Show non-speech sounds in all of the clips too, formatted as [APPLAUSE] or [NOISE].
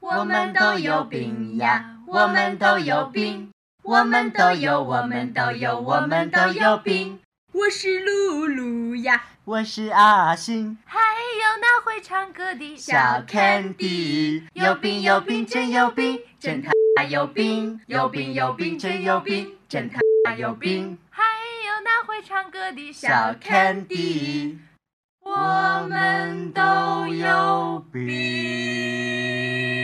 我们都有病呀，我们都有病，我们都有，我们都有，我们都有病。我是露露呀，我是阿星，还有那会唱歌的小 Candy，有病有病真有病，真他有病，有病有病真有病，真他有病，还有那会唱歌的小 Candy，我们都有病。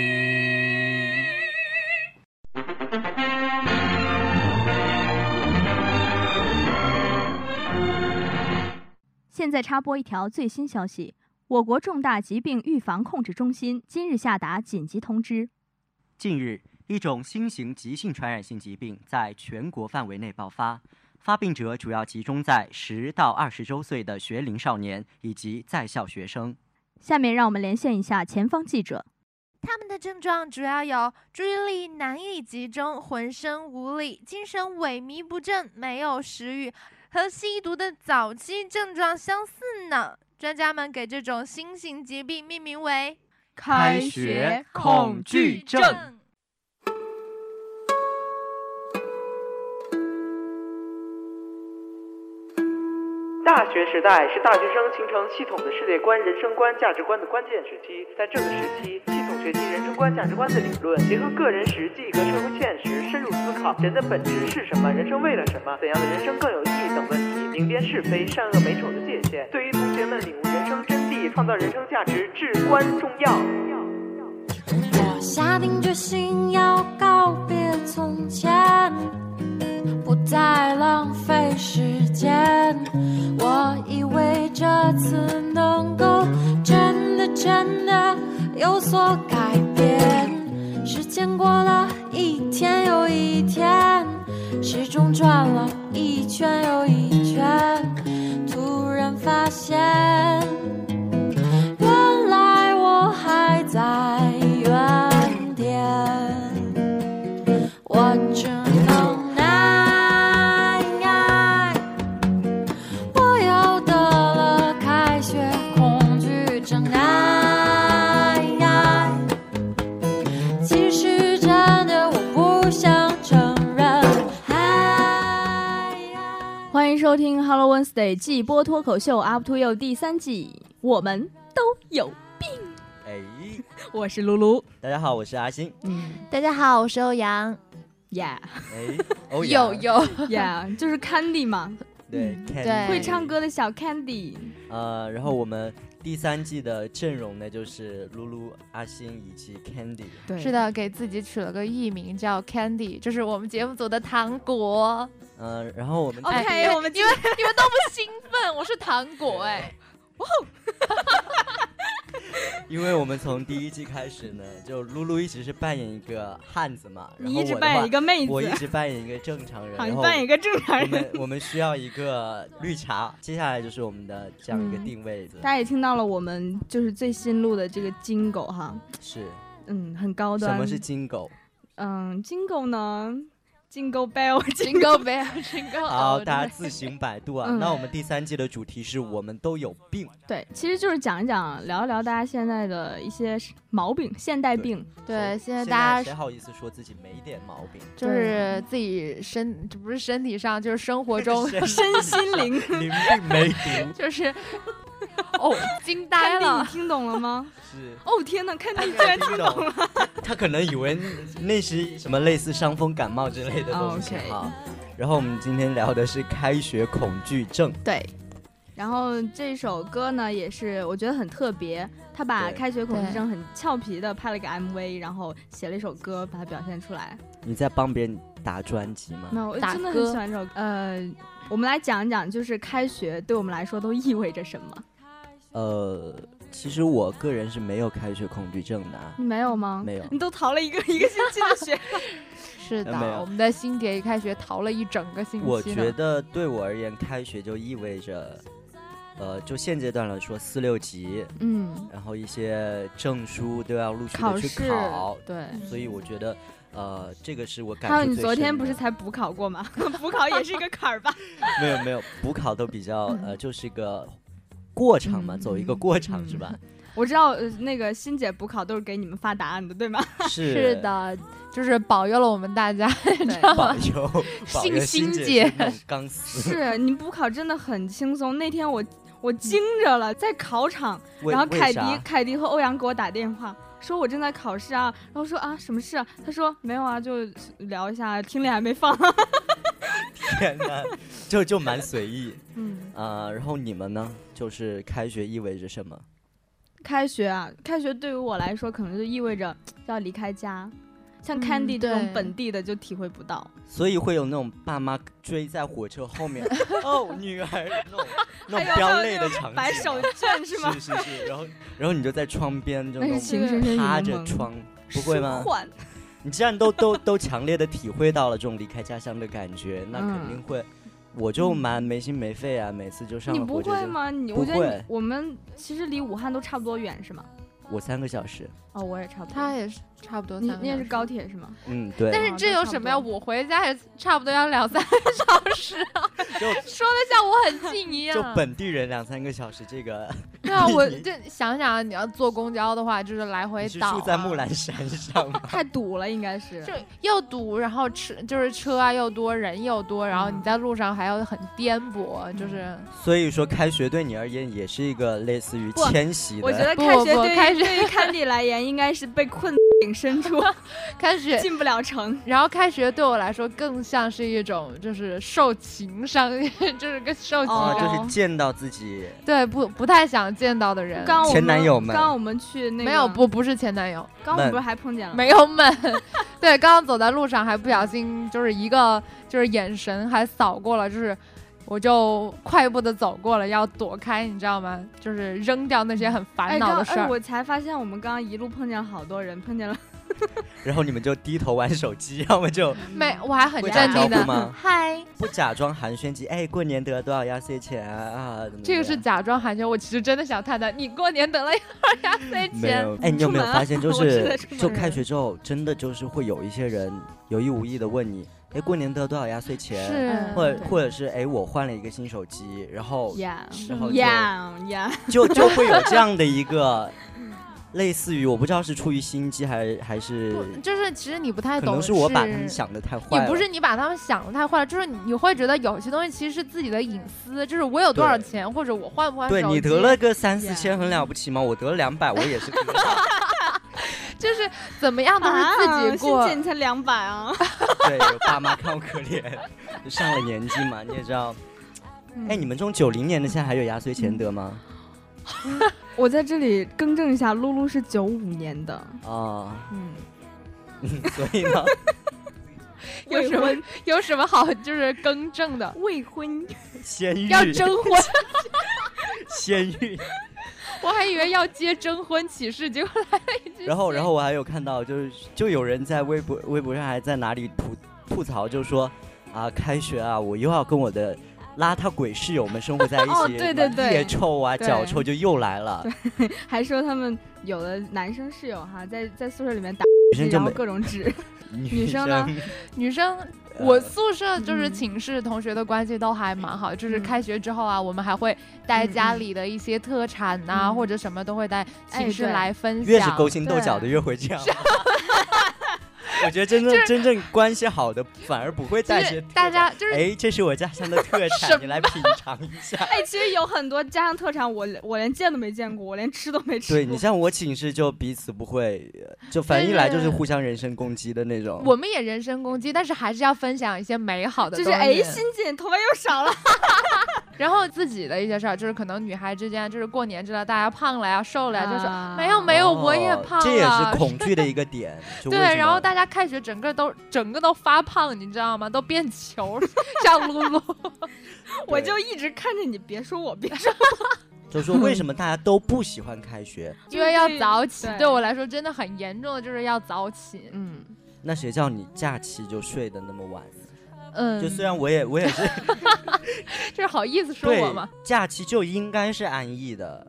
现在插播一条最新消息：我国重大疾病预防控制中心今日下达紧急通知。近日，一种新型急性传染性疾病在全国范围内爆发，发病者主要集中在十到二十周岁的学龄少年以及在校学生。下面让我们连线一下前方记者。他们的症状主要有注意力难以集中、浑身无力、精神萎靡不振、没有食欲，和吸毒的早期症状相似呢。专家们给这种新型疾病命名为开学恐惧症。大学时代是大学生形成系统的世界观、人生观、价值观的关键时期。在这个时期，系统学习人生观、价值观的理论，结合个人实际和社会现实，深入思考人的本质是什么，人生为了什么，怎样的人生更有意义等问题，明辨是非、善恶美丑的界限，对于同学们领悟人生真谛、创造人生价值至关重要。我下定决心要告别从前，不再浪费时间。我以为这次能够真的真的有所改变。时间过了一天又一天，时钟转了一圈又一圈，突然发现，原来我还在原点。我只能奈，我又得了开学恐惧症。哎，其实真的我不想承认。哎，欢迎收听 Hello Wednesday 季播脱口秀 Up to You 第三季，我们都有。哎，我是露 [LAUGHS] 露，大家好，我是阿 [LAUGHS] 星。大家好，我是欧阳。呀哎，欧有阳有，呀，就是 Candy 嘛，对对嗯会唱歌的小 Candy。呃，然后我们第三季的阵容呢，就是露露、阿星以及 Candy。对是，的，给自己取了个艺名叫 Candy，就是我们节目组的糖果。嗯、然后我们 OK，哎我们你们你们都不兴奋，我是糖果哎、因为我们从第一季开始呢，就露露一直是扮演一个汉子嘛，然你后一直我的扮演话一个妹子我，一直扮演一个正常人，好，然你后扮演一个正常我人。们我们需要一个绿茶，接下来就是我们的这样一嗯个定位，大家也听到了，我们就是最新录的这个金狗哈，是嗯，很高端。什么是金狗？嗯，金狗呢？金狗 bell，金 Jingle bell, [LAUGHS] jingle 好， all 大家 the 自 way 行百度啊。哦嗯那我们第三季的主题是我们都有病，对，其实就是讲一讲、聊一聊大家现在的一些毛病、现代病。对，现在现大在家谁好意思说自己没点毛病？就是自己身，不是身体上，就是生活中，身心灵 [LAUGHS] [LAUGHS] 灵病没毒 [LAUGHS] 就是哦，惊呆看病你了。听懂了吗？ [LAUGHS] [LAUGHS] 是。哦天哪，看病居然听懂了。他可能以为那是什么类似伤风感冒之类的东西哦 OK 哈。然后我们今天聊的是开学恐惧症，对，然后这首歌呢，也是我觉得很特别，他把对开学恐惧对症很俏皮的拍了个 MV，然后写了一首歌把它表现出来。你在帮别人打专辑吗？没有，我嗯打真的很歌喜欢这首歌。呃，我们来讲一讲，就是开学对我们来说都意味着什么？呃，其实我个人是没有开学恐惧症的啊。你没有吗？没有你都逃了一个一个星期的 [LAUGHS] 学。是呃没有的，我们的新蝶一开学逃了一整个星期呢。我觉得对我而言，开学就意味着，呃，就现阶段来说，四六级，嗯，然后一些证书都要陆续考的试去考，对。所以我觉得，呃，这个是我感还有受你最昨天深不的是才补考过吗？ [LAUGHS] 补考也是一个坎 [LAUGHS] 儿吧？没有没有补考都比较呃，就是一个过场嘛，走一个过场是吧？我知道，呃，那个欣姐补考都是给你们发答案的，对吗？ [LAUGHS] 是是，的，就是保佑了我们大家，你知道保吗？佑，保佑信心姐姐是那种钢丝，是你补考真的很轻松。那天我我惊着了，在考场，为然后凯迪为啥凯迪和欧阳给我打电话。说我正在考试啊，然后说啊什么事啊？他说没有啊，就聊一下，听力还没 [LAUGHS] 放。天哪，就就蛮随意嗯，啊、然后你们呢？就是开学意味着什么？开学啊，开学对于我来说可能就意味着要离开家，像嗯 Candy 这种对本地的就体会不到。所以会有那种爸妈追在火车后面， [LAUGHS] 哦，女儿那 [LAUGHS] 种那还种有飙还泪有的那场景，种摆手绢是吗？啊是是是，然后然后你就在窗边就那是种情深深雨趴蒙着蒙。 [LAUGHS] 窗，不会吗舒？缓你既然都都都强烈的体会到了这种离开家乡的感觉，那肯嗯定会。我就蛮没心没肺啊，每次就上你了不火车会就吗？你不我觉得会你我们其实离武汉都差不多远是吗？我三个小时，哦，我也差不多。他也是差不多你三个你也是小时高铁 [LAUGHS] 是吗？嗯，对。但是哦这那有差什不么呀？多我回家也差不多要两 [LAUGHS] 三个小时啊， [LAUGHS] 就说的像我 [LAUGHS] 很近一样。就本地人两三个小时，这个对啊，我地这想想啊，你要坐公交的话，就是来你回是倒、住在啊，木兰山上吗？太堵了，应该是就。又堵，然后车就是车啊又多，人又多，然后你嗯在路上还要很颠簸，就是所以说，开学对你而言也是一个类似于不迁徙的。我觉得不开学不对于开学对于 Candy 来言，应该是被困顶深 [LAUGHS] 处，开学。进不了城。然后开学对我来说更像是一种就是受情伤， [LAUGHS] 就是跟哦受情啊，伤，就是见到自己对不不太想见到的人。刚我前们男友们刚刚我们去那个嗯没有，不不是前男友，刚我们们不是还碰见了没有闷。 [LAUGHS] 对，刚刚走在路上还不小心，就是一个就是眼神还扫过了，就是我就快步的走过了，要躲开，你知道吗？就是扔掉那些很烦哎，恼刚的事儿。哎，我才发现我们刚刚一路碰见了好多人，碰见了然后你们就低头玩手机，要么就没，我还很会打招镇呼定的。吗？嗨，不假装寒暄几，哎，过年得了多少压岁钱啊？啊怎么这个是怎么假装寒暄，我其实真的想探探你过年得了压岁样没钱。有？哎，你有没有出门啊发现，就 [LAUGHS] 我是是在出门就开学之后，真的就是会有一些人有意无意的问你，哎，过年得了多少压岁钱？是，或者或者是哎，我换了一个新手机，然后呀然后就呀呀， [LAUGHS] 就就会有这样的一个类似于我不知道是出于心机还还是不就是其实你不太可懂，能是我把他们想的太坏也了，不是你把他们想的太坏了，就是你你会觉得有些东西其实是自己的隐私，就是我有多少对钱，或者我换不换手对机。啊你得了个三四 Yeah 千很了不起吗？我得了两百，我也是可能就是怎么样都是自己过。啊、欣姐你才两百啊！对有爸妈看我可怜，上了年纪嘛，你也知道。哎，你们这种九零年的现在还有压岁钱得吗？我在这里更正一下，露露是九五年的，啊，嗯，所以呢， [LAUGHS] 有未什么婚有什么好就是更正的？未婚，先孕要征婚， [LAUGHS] 先孕，我还以为要接征婚启事，结果来了一句。然后然后我还有看到就是就有人在微博微博上还在哪里吐吐槽，就说啊开学啊，我又要跟我的。邋遢鬼室友们生活在一起，哦对对什么对腋臭啊、对脚臭就又来了，还说他们有的男生室友哈，在在宿舍里面打，女生就然后没各 [LAUGHS] 种指，女女生呢女生，呃我宿舍就是嗯寝室同学的关系都还蛮好，就是嗯开学之后啊，我们还会带家里的一些特产呐、嗯或者什么都会带哎寝室对来分享。哎越是勾心斗角的，对越会这样。 [LAUGHS] 我觉得真正真正关系好的，反而不会就带是些特大产。家就是哎，这是我家乡的特什产，你来品尝一下。哎，其实有很多家乡特产我，我连见都没见过，我连吃都没吃 [LAUGHS] 过。对你像我寝室就彼此不会，呃就反正一来就是互相人身攻击的那种。我们也人身攻击，但是还是要分享一些美好的就东是西。哎，欣姐你头发又少了，然后自己的一些事儿，就是可能女孩之间，就是过年知道大家胖了呀、瘦了呀，就是啊没有没有，我也哦胖了。这也是恐惧的一个点。就为什对，然后么大家开学整个都整个都发胖，你知道吗？都变球， [LAUGHS] 像露 [LAUGHS] 露。我就一直看着你，别说我，别说就说为什么大家都不喜欢开 [LAUGHS] 学？因为要早起，对对我来说真的很严重的就是要早起。嗯，那谁叫你假期就睡得那么晚？嗯，就虽然我也我也 [LAUGHS] 是这好意思说对我吗？假期就应该是安逸的，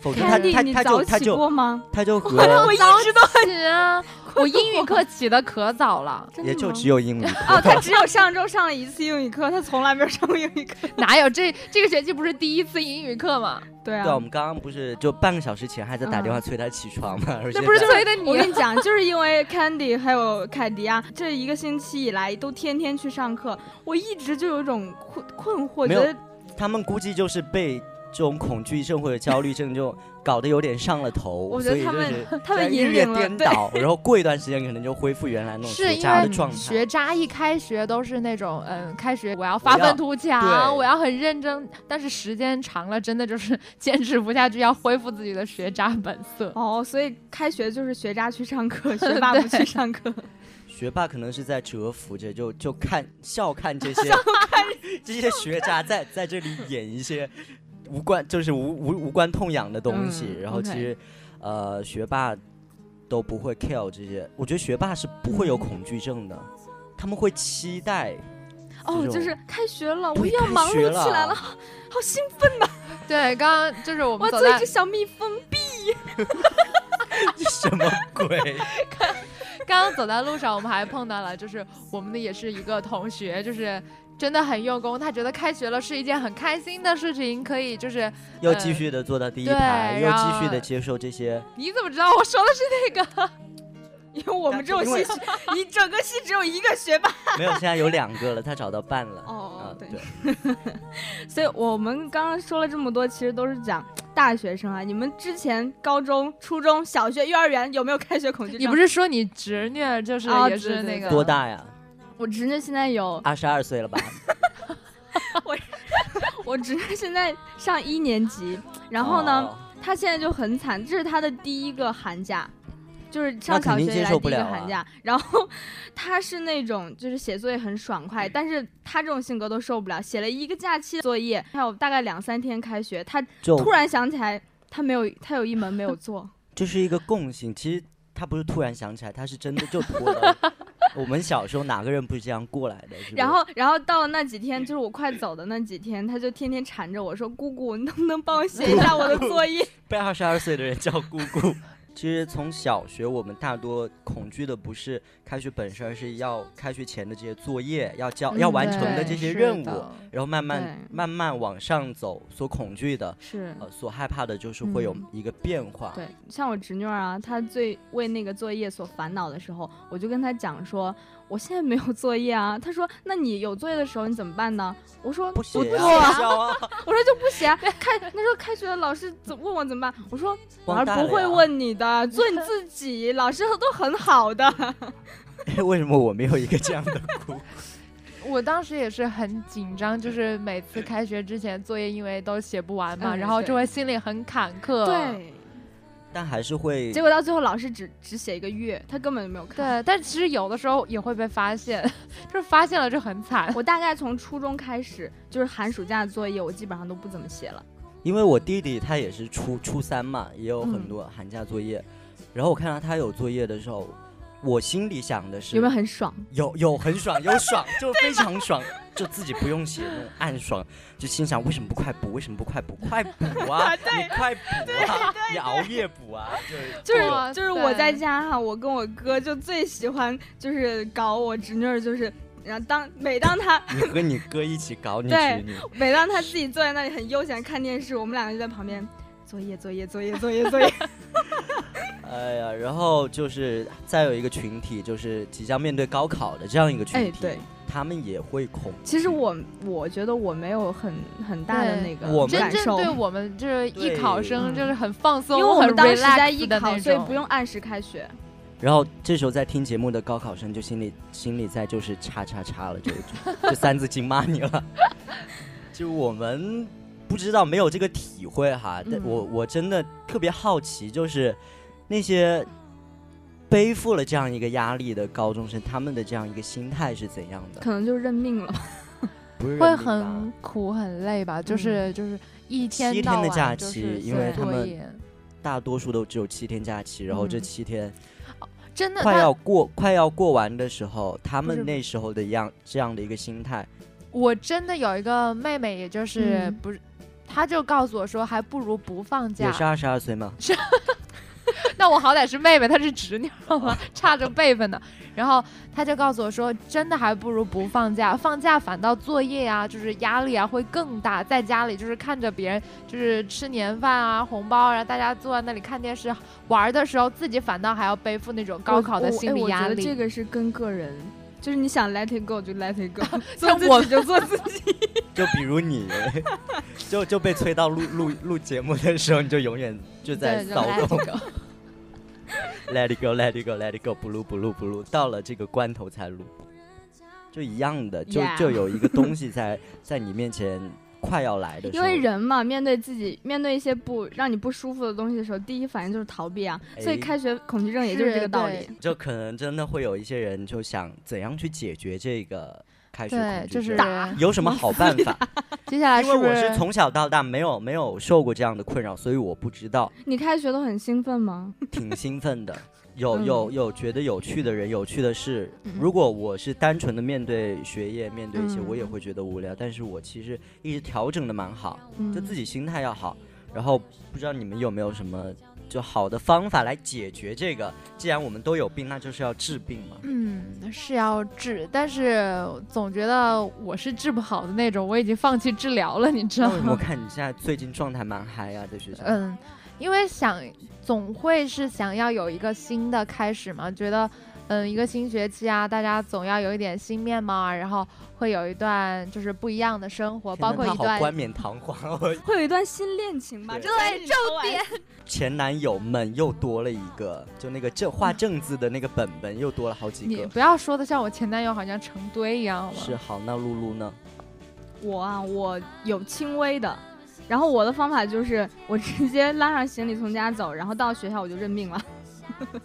否则他 Candy，他你他就早他起 [LAUGHS] 就过吗？他就和一直都 [LAUGHS] 起啊，我英语课起的可早了， [LAUGHS] 真的也就吗只有英语哦，课 [LAUGHS] 他只有上周上了一次英语课，他从来没有上过英语课。哪有这这个学期不是第一次英语课吗？对啊对，我们刚刚不是就半个小时前还在打电话催他起床 [LAUGHS] 嘛？而且嗯那不是在催的我跟你，你啊讲，就是因为 Candy 还有凯迪啊，这一个星期以来都天天去上课，我一直就有一种困困惑，没觉有得他们估计就是被这种恐惧症或者焦虑症这种搞得有点上了头，我觉所得以他就们是他们在引日夜领了颠对倒，然后过一段时间可能就恢复原来那种是学因渣的为状态学。渣一开学都是那种，嗯，开学我要发我要愤图强，对我要很认真，但是时间长了，真的就是 [LAUGHS] 坚持不下去，要恢复自己的学渣本色。哦，所以开学就是学渣去上 [LAUGHS] 课，学霸不去 [LAUGHS] 上课。学霸可能是在蛰伏着，就就看笑看这些 [LAUGHS] 这些学渣在在这里演一些无关就是无无无关痛痒的东西，嗯然后 OK 其实呃学霸都不会 care 这些，我觉得学霸是不会有恐惧症的，他们会期待这哦，种就是开学了，我对又要开忙学碌起来了了，好兴奋！对，刚刚就是我我们要走做一在只小蜜蜂。什么鬼？刚刚走在路上，我们还碰到了，就是我们的也是一个同学，就是真的很用功，他觉得开学了是一件很开心的事情，可以就是呃又继续的坐到第一对排，又继续然后的接受这 [LAUGHS] 些。你怎么知道我说的是那个？因为我们这种因系为，你整个系只有一个学霸。没有，现在有两个了，他找到伴了。哦啊对对，所以我们刚刚说了这么多，其实都是讲大学生啊。你们之前高中、初中小学、幼儿园有没有开学恐惧症？啊你不是说你侄女就是哦也对是对那对个多？大呀？我侄女现在有，二十二岁了吧？我侄女现在上一年级， [LAUGHS] 然后呢，哦？她现在就很惨，这是她的第一个寒假。就是那上肯小学定以接来受第不一个了啊寒假，然后她是那种就是写作业很爽快，但是她这种性格都受不了，写了一个假期的作业，还有大概两三天开学，她就突然想起来她没有她有一门没 [LAUGHS] 有做，这是一个共性。其实他不是突然想起来，他是真的就拖 [LAUGHS] 了。我们小时候哪个人不是这样过来的？是不是然后，然后到了那几天，就是我快走的那几天，他就天天缠着我说：“姑姑，你能不能帮我写一下我的作业被二十二岁的人叫姑姑。 [LAUGHS] 其实从小学，我们大多恐惧的不是开学本身，而是要开学前的这些作业，要交、要嗯完成的对这些是任务，的然后慢慢对慢慢往上走，所恐惧的？”，是呃，所害怕的就是会有嗯一个变化。对，像我侄女儿啊，她最为那个作业所烦恼的时候，我就跟她讲说：“我现在没有作业啊。”她说：“那你有作业的时候你怎么办呢？”我说：“不我写啊不写啊不 [LAUGHS] 交啊，我说就不写啊。开那时候开学了，老师怎问我怎么办？我说老完师蛋不了会呀。问你的，做你自己，老师都很好的。 [LAUGHS] 为什么我没有一个这样 [LAUGHS] 的姑姑？我当时也是很紧张，就是每次开学之前作业因为都写不完嘛，嗯然后对就会心里很坎坷。对。”但还是会结果到最后，老师只只写一个月，他根本就没有看。对，但其实有的时候也会被发现，就是发现了就很惨。我大概从初中开始，就是寒暑假的作业，我基本上都不怎么写了。因为我弟弟他也是初初三嘛，也有嗯很多寒假作业。然后我看到他有作业的时候，我心里想的是有没有很爽？有有很爽，有爽就非常爽，就自己不用写那种暗爽，就心想为什么不快补？为什么不快补？快补 [LAUGHS] 啊！你快补啊！你熬夜补啊！就是 [LAUGHS] 就是哇就是塞我在家哈、我跟我哥就最喜欢就是搞我侄女儿，就是然后当每当他你和你哥一起搞你对侄女， [LAUGHS] 每当他自己坐在那里很悠闲看电视，我们两个就在旁边作业作业作业作业作 [LAUGHS] 业。哎呀，然后就是再有一个群体，就是即将面对高考的这样一个群哎体，对他们也会恐惧。其实我我觉得我没有很很大的那对个我们真感正受，对我们就是艺对考生嗯就是很放松，因为我们很当时在 relax 艺的那考，所以种不用按时开学。然后这时候在听节目的高考生就心里心里在就是叉叉叉了，就 [LAUGHS] 就就三字经骂你了。 [LAUGHS] 就我们不知道没有这个体会哈，但嗯我我真的特别好奇，就是那些背负了这样一个压力的高中生，他们的这样一个心态是怎样的？可能就认命了。不是会认命吧很苦很累吧？就是就是一天七天到的晚假就是期因写为他作们业大多数都只有七天假期，然后这嗯七天真的快他要过、快要过完的时候，他是们那时候的样这样的一个心态，我真的有一个妹妹，也就是嗯不是，她就告诉我说，还不如不放假也。是二十二岁吗？ [LAUGHS] 那我好歹是妹妹，她是侄女，好吗？差着辈分呢。然后他就告诉我说，真的还不如不放假，放假反倒作业啊，就是压力啊会更大。在家里就是看着别人就是吃年饭啊、红包啊，然后大家坐在那里看电视玩儿的时候，自己反倒还要背负那种高考的心理我压我哎我觉得力。这个是跟个人，就是你想 let it go 就 let it go，做 [LAUGHS] 像自我己就做自己。就比如你，就就被催到录录录节目的时候，你就永远就在对就骚 let it 动。Let it go, [LAUGHS] let it go, let it go，不录不录不录，到了这个关头才录，就一样的，就 Yeah 就有一个东西在 [LAUGHS] 在你面前快要来的时因候，为人嘛，面对自己面对一些不让你不舒服的东西的时候，第一反应就是逃避啊。所以哎开学恐惧症也就是这个道理是。就可能真的会有一些人就想怎样去解决这个开学对，恐惧就是症。有什么好办法？接下来因是为不我是从小到大没有没有受过这样的困扰，所以我不知道。你开学都很兴奋 [LAUGHS] 吗？挺兴奋的。有嗯有有觉得有趣的人，有趣的事。如果我是单纯的面对学业，面对一些，嗯我也会觉得无聊。但是我其实一直调整的蛮好，嗯就自己心态要好。然后不知道你们有没有什么就好的方法来解决这个？既然我们都有病，那就是要治病嘛。嗯，是要治，但是总觉得我是治不好的那种，我已经放弃治疗了，你知道那 [LAUGHS] 我吗？看你现在最近状态蛮嗨啊，在学校。嗯，因为想总会是想要有一个新的开始嘛，觉得嗯一个新学期啊，大家总要有一点新面貌啊，然后会有一段就是不一样的生活，天哪包括他一段好冠冕堂皇，哦我嗯会有一段新恋情吧？对这才是你重说完点 [LAUGHS] 前男友们又多了一个，就那个正画正字的那个本本又多了好几你个。不要说的像我前男友好像成堆一样好吗是好，那露露呢？我啊，我有轻微的，然后我的方法就是我直接拉上行李从家走，然后到学校我就认命了。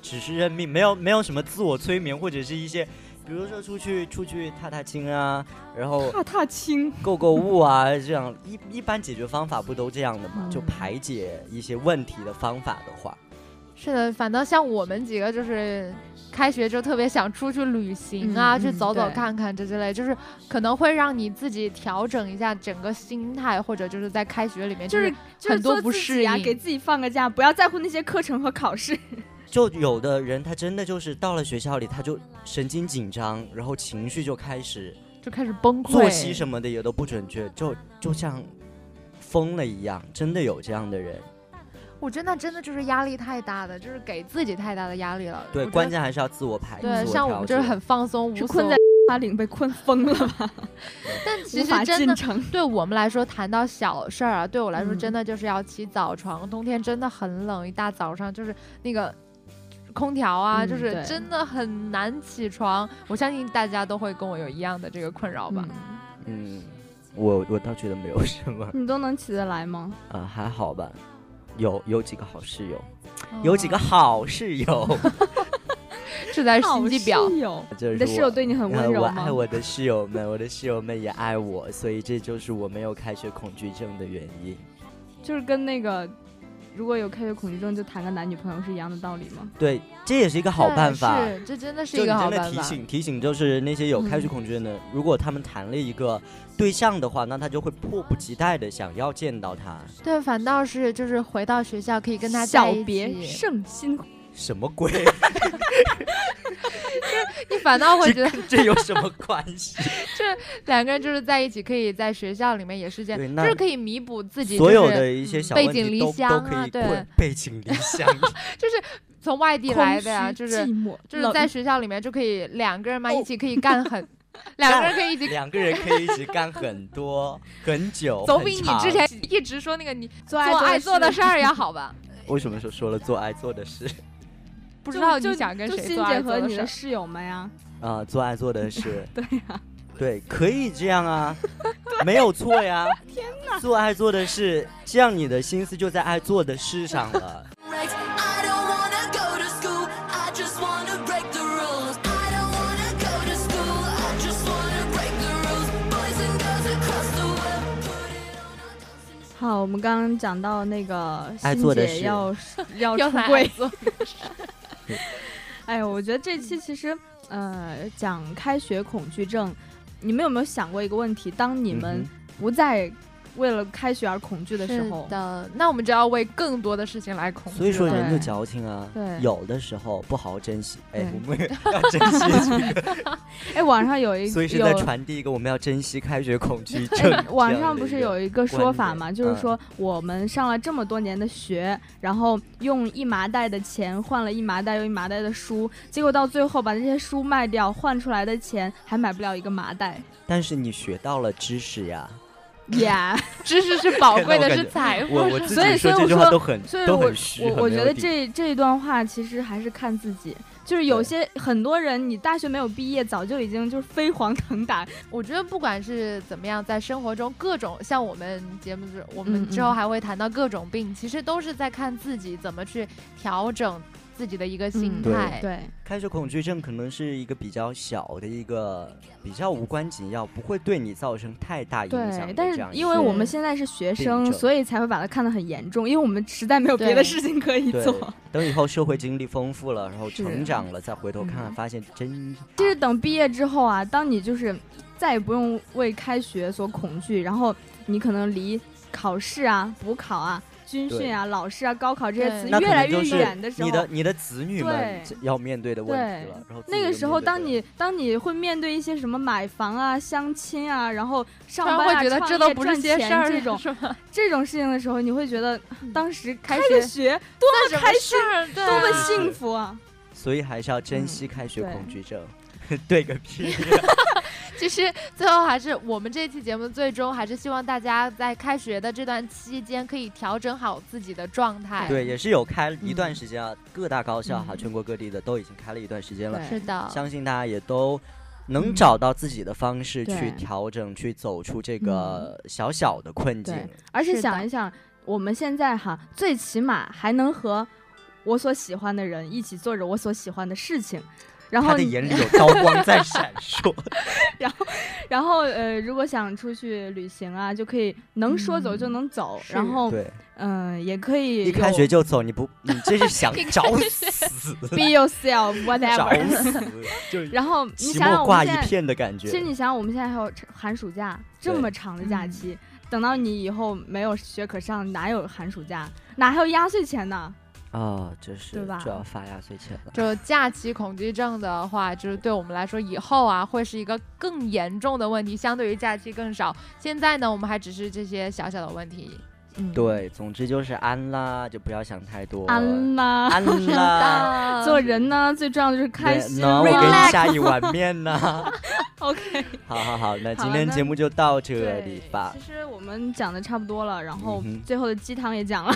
只是认命，没有没有什么自我催眠或者是一些，比如说出去出去踏踏青啊，然后 [LAUGHS] 踏踏青，购购物啊，这样一一般解决方法不都这样的吗？嗯就排解一些问题的方法的话，是的，反倒像我们几个就是开学就特别想出去旅行啊，嗯去嗯走走对看看这之类，就是可能会让你自己调整一下整个心态，或者就是在开学里面就是就是很多做不自己适啊，应给自己放个假，不要在乎那些课程和考试。就有的人他真的就是到了学校里，他就神经紧张，然后情绪就开始就开始崩溃，作息什么的也都不准确，就就像疯了一样，真的有这样的人。我觉得那真的就是压力太大的，就是给自己太大的压力了。我对，觉得关键还是要自我排，对，自像我调们就是节很放松，无是所困 [LAUGHS] 在八岭被困疯了吧？但其无实法真进的城。对我们来说，谈到小事儿啊，对我来说嗯真的就是要起早床。冬天真的很冷，一大早上就是那个空调啊，嗯就是对真的很难起床。我相信大家都会跟我有一样的这个困扰吧。嗯，我我倒觉得没有什么。你都能起得来吗？呃，还好吧，有有几个好室友，嗯有几个好室友，是在心机婊，友，这是你的室我友对你很呃温柔我吗爱？我的室友们，我的室友们也爱我，所以这就是我没有开学恐惧症的原因。就是跟那个如果有开学恐惧症就谈个男女朋友是一样的道理吗？对，这也是一个好办法。是这真的是就一你个好真的办提法。嗯醒提醒，就是那些有开学恐惧症的，如果他们谈了一个对象的话，那他就会迫不及待的想要见到他。对，反倒是就是回到学校可以跟他在小一别起，胜新婚，什么鬼？ [LAUGHS] 你反倒会觉得这有什么关系？两个人就是在一起，可以在学校里面也是这对样，那就是可以弥补 [LAUGHS] 自己、就所是、有的一些小背问井题离都乡都啊可以对滚背井离 [LAUGHS] 乡。从外地来的呀、就是寂哦寞，就是在学校里面就可以两个人嘛，一起可以干 [LAUGHS] 很，两个人可以一起两个人可以一起干很多、很久、总很比你长 [LAUGHS] 之前一直说那个你做做爱做的事事儿要 [LAUGHS] 好吧？为什么说说了做爱做的事不就知道就你想跟就谁欣做姐爱和做你的的事室友们呀，啊、做爱做 [LAUGHS] 的事，对呀，对，可以这样 [LAUGHS] 啊，没有错呀。天哪，做爱做的事，这样你的心思就在爱做的事上了。 I don't wanna go to school, I just wanna break the rules. I don't wanna go to school, I just wanna break the rules. Boys and girls across the world, put it on our dancing shoes. 好，我们刚刚讲到那个爱欣做的姐事要要要出来柜 [LAUGHS] 做哎呦，我觉得这期其实，呃， [LAUGHS] 讲开学恐惧症，你们有没有想过一个问题？当你们嗯不再为了开学而恐惧的时候是，的，那我们就要为更多的事情来恐惧了。所以说人就对矫情啊，对有的时候不好好珍惜，哎对，我 [LAUGHS] 们要珍惜这个，哎，网上有一所以是有在传递一个我们要珍惜开学恐惧症。哎，网上不是有一个说法嘛，观点嗯就是说我们上了这么多年的学，然后用一麻袋的钱换了一麻袋又一麻袋的书，结果到最后把这些书卖掉，换出来的钱还买不了一个 [LAUGHS] 麻袋。但是你学到了知识 [LAUGHS] 呀， [LAUGHS] 呀、知识是宝那贵我的，感觉是财富我我是自所己以所以这我句话说都很所以都我很虚，我很我没觉有得底这这一段话其实还是看自己，就是有对些很多人你大学没有毕业，早就已经就是飞黄腾达，我觉得不管是怎么样，在生活中各种像我们节目之，我嗯们嗯之后还会谈到各种病，其实都是在看自己怎么去调整自己的一个心嗯态。对。开学恐惧症可能是一个比较小的一个，比较无关紧要，不会对你造成太大影响对的，这样但一个。是因为事我们现在是学病生，症所以才会把它看得很严重，因为我们实在没有别的对事情可以对做。等以后社会经历丰富了，然后成长了，再回头看看，嗯发现真其实等毕业之后啊，当你就是再也不用为开学所恐惧，然后你可能离考试啊、补考啊、军训啊、老师啊、高考这些对词那可越来能越就是远的时候，你的你的子女们对要面对的问题对了。然后自己那个又时候，面对当不了你当你会面对一些什么买房啊、相亲啊，然后上突然班会啊、觉得创这都业不是赚些钱事儿，这 [LAUGHS] 种是吧？这种事情的时候，你会觉得当时开个学学多么开心，儿，对多么啊幸福啊！所以还是要珍惜开学对恐惧症。 [LAUGHS] 对个屁！其实最后还是我们这期节目最终还是希望大家在开学的这段期间可以调整好自己的状态。对，，也是有开一段嗯时间啊，各大高校哈，嗯全国各地的都已经开了一段时间了。是啊的，相信大家也都能找到自己的方式对嗯去调整，去走出这个小小的困境。对而且是的想一想，我们现在哈，最起码还能和我所喜欢的人一起做着我所喜欢的事情，然他后的你眼里有刀光在闪 [LAUGHS] 烁。然后呃，如果想出去旅行啊，就可以能说走就能走，然后嗯 [LAUGHS] 对，嗯、呃也可以一开有学就走，你不，你这是想找 [LAUGHS] 死， be yourself [LAUGHS] 找 whatever， [LAUGHS] 死，就是然后你期想想末我们挂一现在。片的感其实觉。你想想，我们现在还有寒暑假这对么长的假嗯期，等到你以后没有学可上，哪有寒暑假，哪还有压岁钱呢？啊，这是对吧就要发压岁钱了。就假期恐惧症的话，就是对我们来说，以后啊会是一个更严重的问题，相对于假期更少。现在呢，我们还只是这些小小的问题。嗯，，对，总之就是安啦，就不要想太多。安啦，安 [LAUGHS] 啦，嗯做人呢，最重要的就是开心。呢，我给你 relax 下一碗面呢。 OK，好好好，那好今了天那节目就到这里对吧。其实我们讲的差不多了，然后嗯哼最后的鸡汤也讲了。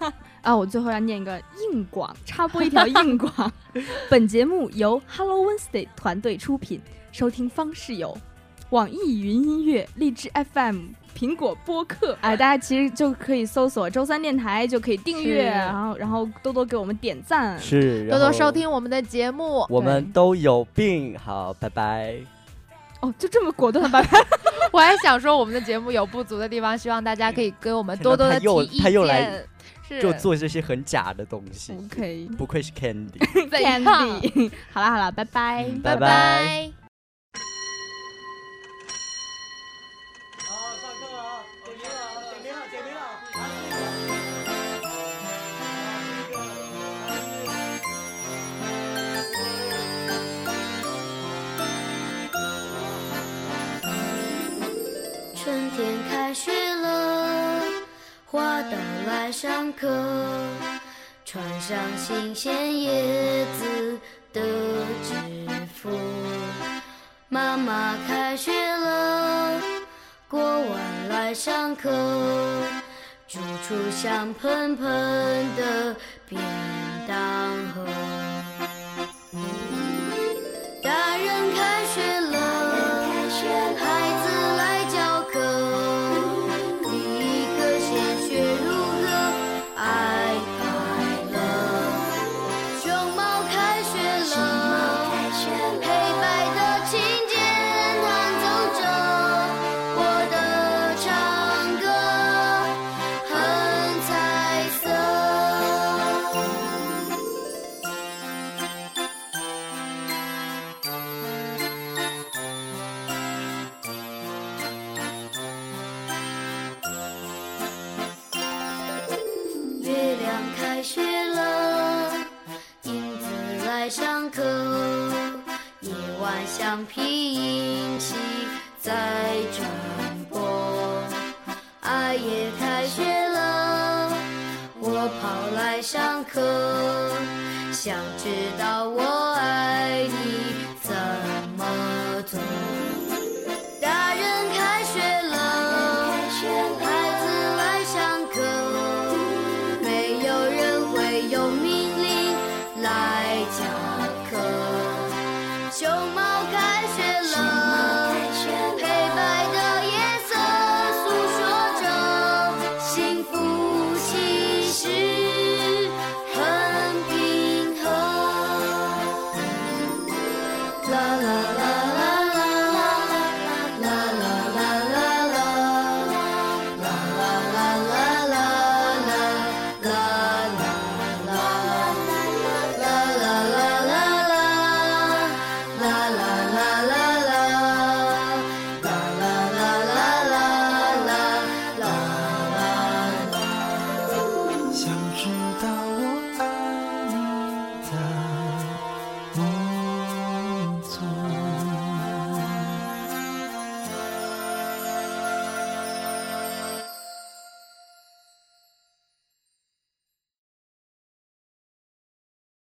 [LAUGHS] 啊，我最后要念一个硬广，插播一条硬广。 [LAUGHS] 本节目由 Hello Wednesday 团队出品，收听方式有网易云音乐、荔枝 FM、苹果播客。哎、大家其实就可以搜索“周三电台”，就可以订阅，是然后然后多多给我们点赞。是，多多收。听我们的节目，我们都有病，好，拜拜。哦，就这么果断的 [LAUGHS] 把我还想说我们的节目有不足的地方，希望大家可以给我们多多天哪的他又提意他又来见。是就做这些很假的东西， OK。不愧是 Candy。怎样 Candy。好 [LAUGHS] 啦好啦，拜哎拜。嗯拜拜拜。春天开学了，花到来上课，穿上新鲜叶子的制服。妈妈开学了，锅碗来上课，煮出香喷喷的便当盒。大人开学了，孩子来教课。第一课先学如何爱快乐。熊猫开学了，黑白的琴键弹奏着我的唱歌，很彩色。橡皮引起在传播。啊，也开学了，我跑来上课，想知道我爱你怎么做。大人开学了，孩子来上课，没有人会用命令来教课。熊猫开学了，黑白的夜色诉说着幸福其实很平衡。啦啦啦。